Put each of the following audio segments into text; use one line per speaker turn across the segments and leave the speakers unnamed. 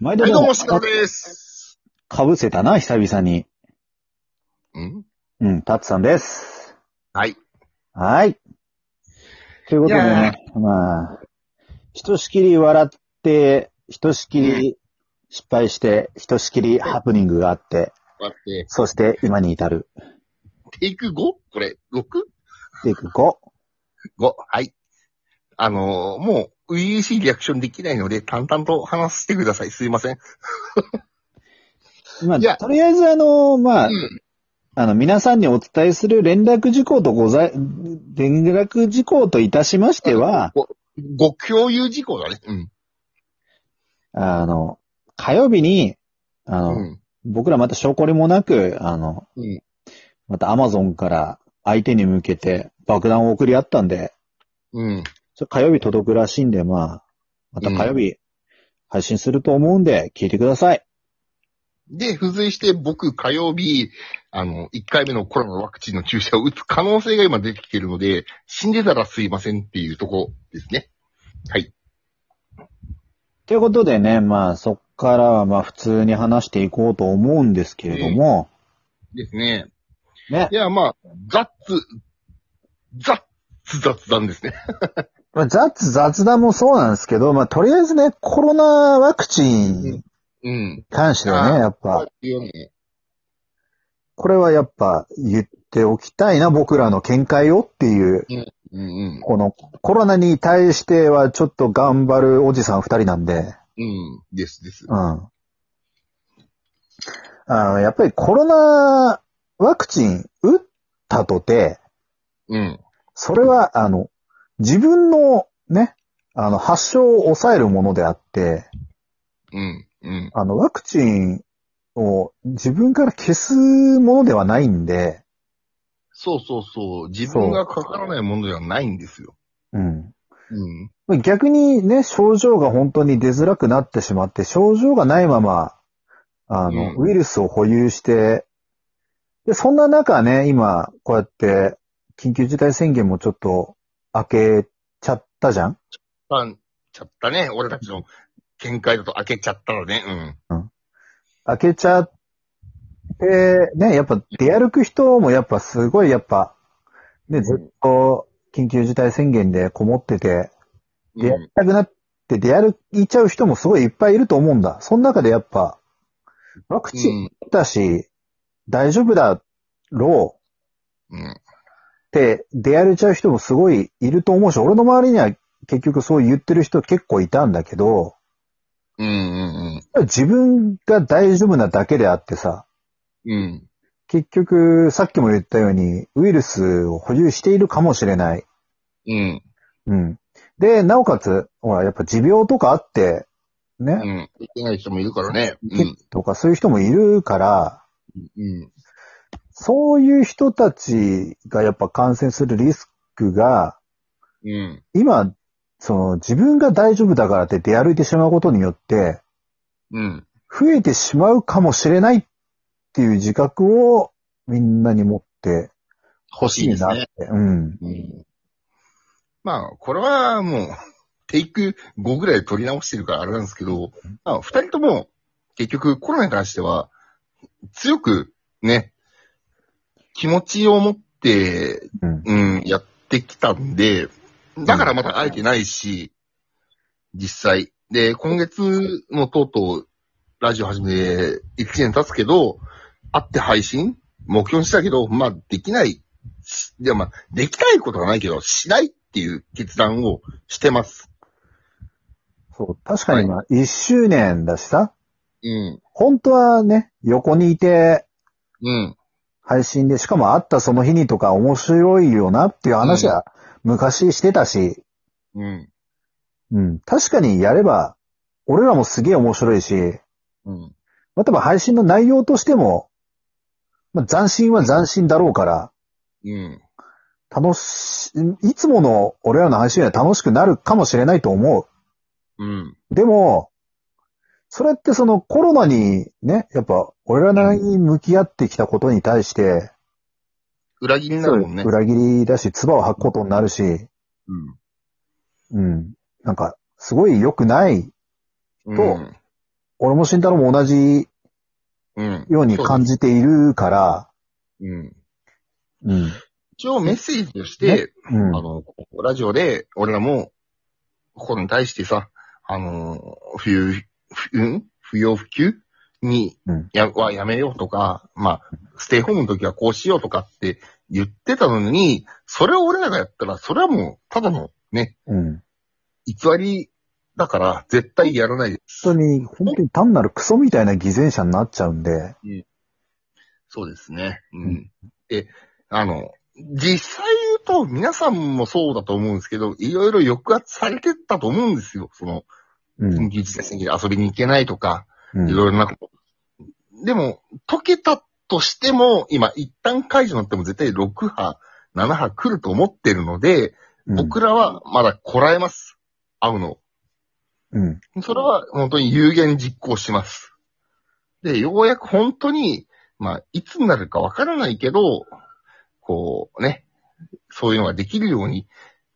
毎度
はい、
ど
ど
う
う
も
も、、下です。
かぶせたな、久々に。
ん
うん、タツさんです。
はい。
はーい。ということで
いや
ね、まあ、ひとしきり笑って、ひとしきり失敗して、ひとしきりハプニングがあって、
待って、
そして今に至る。
テイク 5? これ、6?5?
テイク5。
はい。あのーもう、初々しいリアクションできないので、淡々と話してください。すいません。
まあ、
いや
とりあえずあの、まあ、
うん
あの、皆さんにお伝えする連絡事項とござい、連絡事項といたしましては、
ご共有事項だね。うん。
あの、火曜日に、あの、
うん。
僕らまた証拠りもなく、あの、
うん
またアマゾンから相手に向けて爆弾を送り合ったんで、
うん。
ちょ火曜日届くらしいんで、まあ、また火曜日配信すると思うんで、聞いてください。
で、付随して僕火曜日、あの、1回目のコロナワクチンの注射を打つ可能性が今出てきているので、死んでたらすいませんっていうとこですね。
ということでね、まあ、そっからはまあ、普通に話していこうと思うんですけれども、
ですね。
ね
い、や、まあ、雑、雑、雑談ですね。
まあ、雑、雑談もそうなんですけど、まあ、とりあえずね、コロナワクチンに
うん。
関して
あ
は
ー
ね、やっぱ、
そういうね
これはやっぱ言っておきたいな、僕らの見解をっていう
うんうん。
このコロナに対してはちょっと頑張るおじさん二人なんで、
うん。ですです。
うん。あの、やっぱりコロナワクチン打ったとて、
うん。
それは、あの、自分のね、あの、発症を抑えるものであって、
うん。うん。
あの、ワクチンを自分から消すものではないんで、
そうそうそう。自分がかからないものではないんですよ。
うん。
うん。
逆にね、症状が本当に出づらくなってしまって、症状がないまま、あの、
うん
ウイルスを保有して、で、そんな中ね、今、こうやって、緊急事態宣言もちょっと開けちゃったじゃん
パン、ちゃったね。俺たちの見解だと開けちゃったらね。
開けちゃって、ね、やっぱ出歩く人もやっぱすごいやっぱ、ね、ずっと緊急事態宣言でこもってて、
うん。
出
う
歩きたくなって出歩いちゃう人もすごいいっぱいいると思うんだ。その中でやっぱ、ワクチン
ん。
だし、大丈夫だろう
うん。
って出歩いちゃう人もすごいいると思うし、俺の周りには結局そう言ってる人結構いたんだけど、
うん。うん。
自分が大丈夫なだけであってさ、
うん。
結局さっきも言ったようにウイルスを保有しているかもしれない。
うん。
うん。で、なおかつ、ほら、やっぱ持病とかあって、ね、
うん。いけない人もいるからね。う
うん
ん。
とかそういう人もいるから、
うん。
そういう人たちがやっぱ感染するリスクが、
うん。
今、その自分が大丈夫だからって出歩いてしまうことによって、
うん。
増えてしまうかもしれないっていう自覚をみんなに持って
欲しいです
なっ
ね。
て。うん。
うん。まあ、これはもう、テイク5ぐらいで取り直してるからあれなんですけど、まあ、二人とも、結局コロナに関しては、強くね、気持ちを持って、
うん。
うん、やってきたんで、だからまた会えてないし、実際。で、今月もとうとう、ラジオ始め1年経つけど、会って配信目標にしたけど、まあ、できないし。いや、まあ、できないことはないけど、しないっていう決断をしてます。
そう。確かに今、1周年だしさ、
うん。
本当はね、横にいて
うん。
配信で、しかも会ったその日にとか面白いよなっていう話は昔してたし、
うん。
うん。確かにやれば、俺らもすげえ面白いし、
うん。
まあ、多分配信の内容としても、まあ、斬新は斬新だろうから、
うん。
楽し、いつもの俺らの配信よりは楽しくなるかもしれないと思
うん。
う。でも、それってそのコロナにね、やっぱ俺らなりに向き合ってきたことに対して、
裏切りになるもんね。
裏切りだし、唾を吐くことになるし、
うん。
うん。なんか、すごい良くない
うん。
と俺も慎太郎も同じ
うん。
ように感じているから、
そううん。
うん。
一応メッセージとして、
うん
あ。の、ラジオで、俺らも、ここに対してさ、あの、冬、ふうん不要不急に
うん
や、はやめようとか、まあ、ステイホームの時はこうしようとかって言ってたのに、それを俺らがやったら、それはもう、ただのね、
うん。
偽りだから、絶対やらないです。
本当に、本当に単なるクソみたいな偽善者になっちゃうんで、
そうですね。う。
うん
で、あの、実際言うと、皆さんもそうだと思うんですけど、いろいろ抑圧されてたと思うんですよ。その、
うん
緊。急事態宣言で遊びに行けないとか、
う
い
ん
ろいろなこと。でも、解けたとしても、今、一旦解除になっても絶対6波、7波来ると思ってるので、
うん
僕らはまだこらえます。会うの。
うん。
それは本当に有言実行します。で、ようやく本当に、まあ、いつになるかわからないけど、こうね、そういうのができるように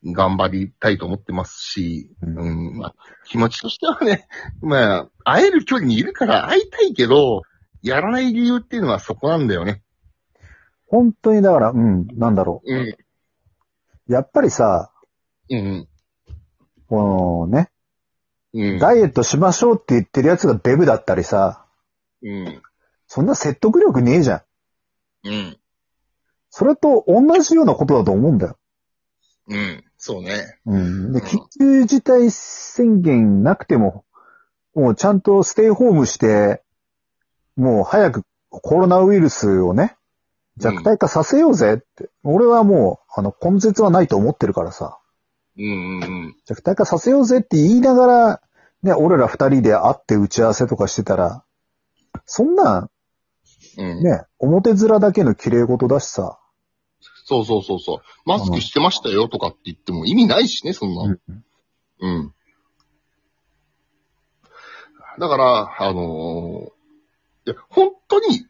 頑張りたいと思ってますし、
う
うんん、まあ、気持ちとしてはね、まあ、会える距離にいるから会いたいけど、やらない理由っていうのはそこなんだよね。
本当にだから、うん、なんだろ
うん。
う。やっぱりさ、
うん。
このね、
うん。
ダイエットしましょうって言ってるやつがデブだったりさ、
うん。
そんな説得力ねえじゃん。
うん。
それと同じようなことだと思うんだよ。
うん。そうね。
うん。で、
うん
緊急事態宣言なくても、もうちゃんとステイホームして、もう早くコロナウイルスをね、弱体化させようぜって。俺はもう、あの、根絶はないと思ってるからさ、
うん。うん。
弱体化させようぜって言いながら、ね、俺ら二人で会って打ち合わせとかしてたら、そんな
うん
ん。ね、表面だけの綺麗事だしさ、
そうそうそうそう。マスクしてましたよとかって言っても意味ないしね、そんな。うん。だから、あのーいや、本当に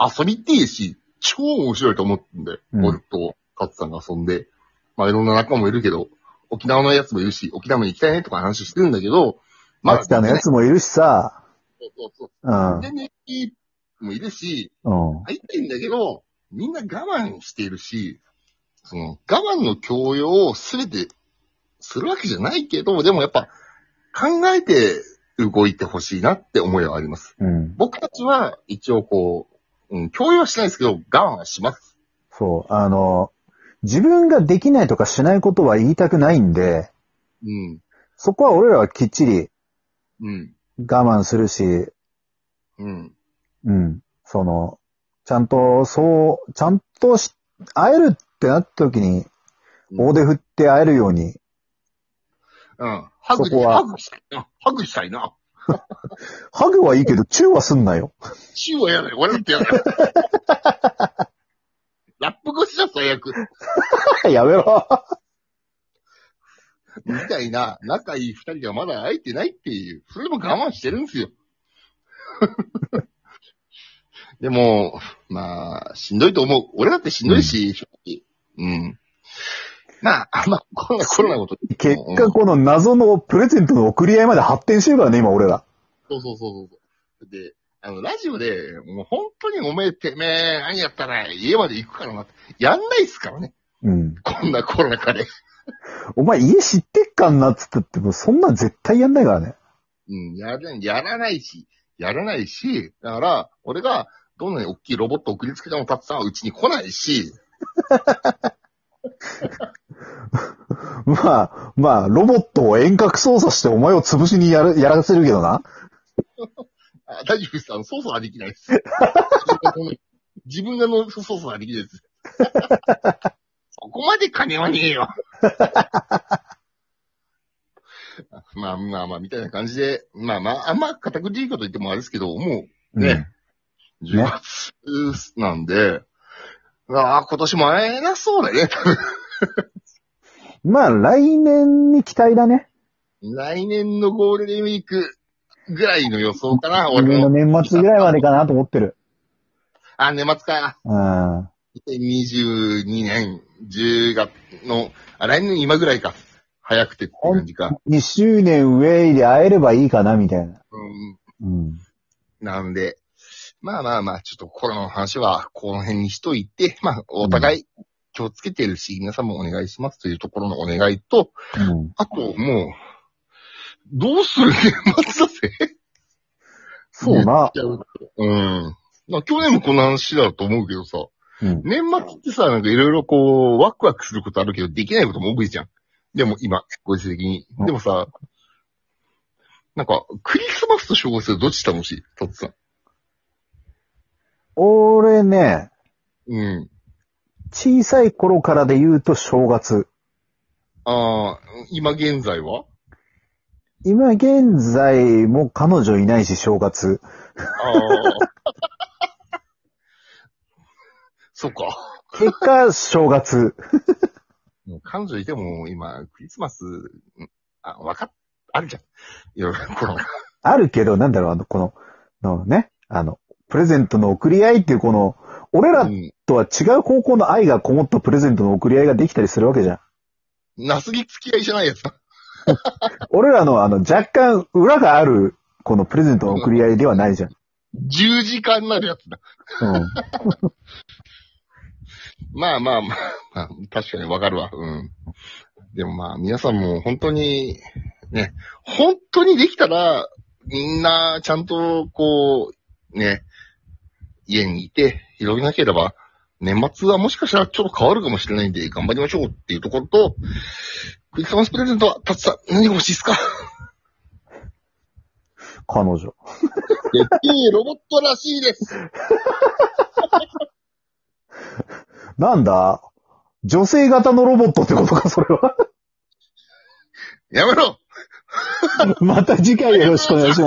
遊びてえし、超面白いと思うんだよ。
うん
俺と勝さんが遊んで。まあ、いろんな仲間もいるけど、沖縄のやつもいるし、沖縄も行きたいねとか話してるんだけど、まあ、
秋田のやつもいるしさ、
そうそうそう
うん、
全然いいもいるし、
うん、
入ってんだけど、みんな我慢しているし、その、我慢の強要をすべてするわけじゃないけど、でもやっぱ考えて動いてほしいなって思いはあります。
うん。
僕たちは一応こう、うん、強要はしないですけど、我慢はします。
そう、あの、自分ができないとかしないことは言いたくないんで、
うん。
そこは俺らはきっちり
うん。
我慢するし、
うん。
うん、その、ちゃんと、そう、ちゃんとし、会えるってなった時に、大手振って会えるように、
うん。ハグ、
そこは
ハグしたいな。ハグしたいな。
ハグはいいけど、チューはすんなよ。
チューはやだよ。俺だってやだよ。ラップ越しだ、最悪。
やめろ。
みたいな、仲いい二人がまだ会えてないっていう、それでも我慢してるんですよ。 でも、まあ、しんどいと思う。俺だってしんどいし、正直うん。まあ、まあ、コロナ、コロナのこと。
結果、この謎のプレゼントの送り合いまで発展してるからね、今俺ら。
そうそうそうそう。で、あの、ラジオで、もう本当におめえ、てめえ、何やったら家まで行くからなって。やんないっすからね。
うん。
こんなコロナ禍で。
お前家知ってっかんなっつったって、もうそんなん絶対やんないからね。
うん、やらない、やらないし、やらないし、だから、俺が、どんなに大きいロボットを送りつけても、たつさんはうちに来ないし、
まあ、まあ、ロボットを遠隔操作してお前を潰しにやる、やらせるけどな。
あ大丈夫です。あの、操作はできないです。 自分がの操作はできないです。 そこまで金はねえよ。 まあまあまあ、みたいな感じで、まあまあ、あんま堅苦しいこと言ってもあれですけど、もう、ね。10月なんで、ああ、今年も会えなそうだね。
まあ、来年に期待だね。
来年のゴールデンウィークぐらいの予想かな、
来
俺
年の
も。
年末ぐらいまでかなと思ってる。
あ、年末か。
うん。
2022年10月の、あ、来年の今ぐらいか。早くてって感じか。
2周年ウェイで会えればいいかな、みたいな。
う
う
ん、
ん。
なんで、まあまあまあ、ちょっとコロナの話はこの辺にしといて、まあ、お互い気をつけてるし、皆さんもお願いしますというところのお願いと、
うん。
あともう、どうする年末だぜ。
そうな。
うん。まあ、去年もこの話だと思うけどさ、
うん。
年末ってさ、なんかいろいろこう、ワクワクすることあるけど、できないことも多いじゃん。でも今、ご時世的に。でもさ、なんか、クリスマスと正月はどっち楽しいトッツさん。
俺ね、
うん。
小さい頃からで言うと正月。
ああ、今現在は
今現在も彼女いないし正月。
ああ。 そっか。
結果、正月。
もう彼女いても今、クリスマス、うんあ、わかっ、あるじゃん。いろいろ、こ の、
あるけど、なんだろう、あの、この、のね、あの、プレゼントの贈り合いっていうこの、俺ら
うん、
とは違う高校の愛がこもったプレゼントの贈り合いができたりするわけじゃん。
なすぎ付き合いじゃないやつだ。
俺らのあの、若干裏がある、このプレゼントの贈り合いではないじゃん。
10時間になるやつだ。
うん。
まあまあまあ、まあ、確かにわかるわ。うん。でもまあ、皆さんも本当に、ね、本当にできたら、みんな、ちゃんと、こう、ね、家にいて、広げなければ、年末はもしかしたらちょっと変わるかもしれないんで、頑張りましょうっていうところと、クリスマスプレゼントは、たつさん、何が欲しいですか
彼女。
でっけえロボットらしいです。
なんだ女性型のロボットってことか、それは。
やめろ
また次回よろしくお願いします。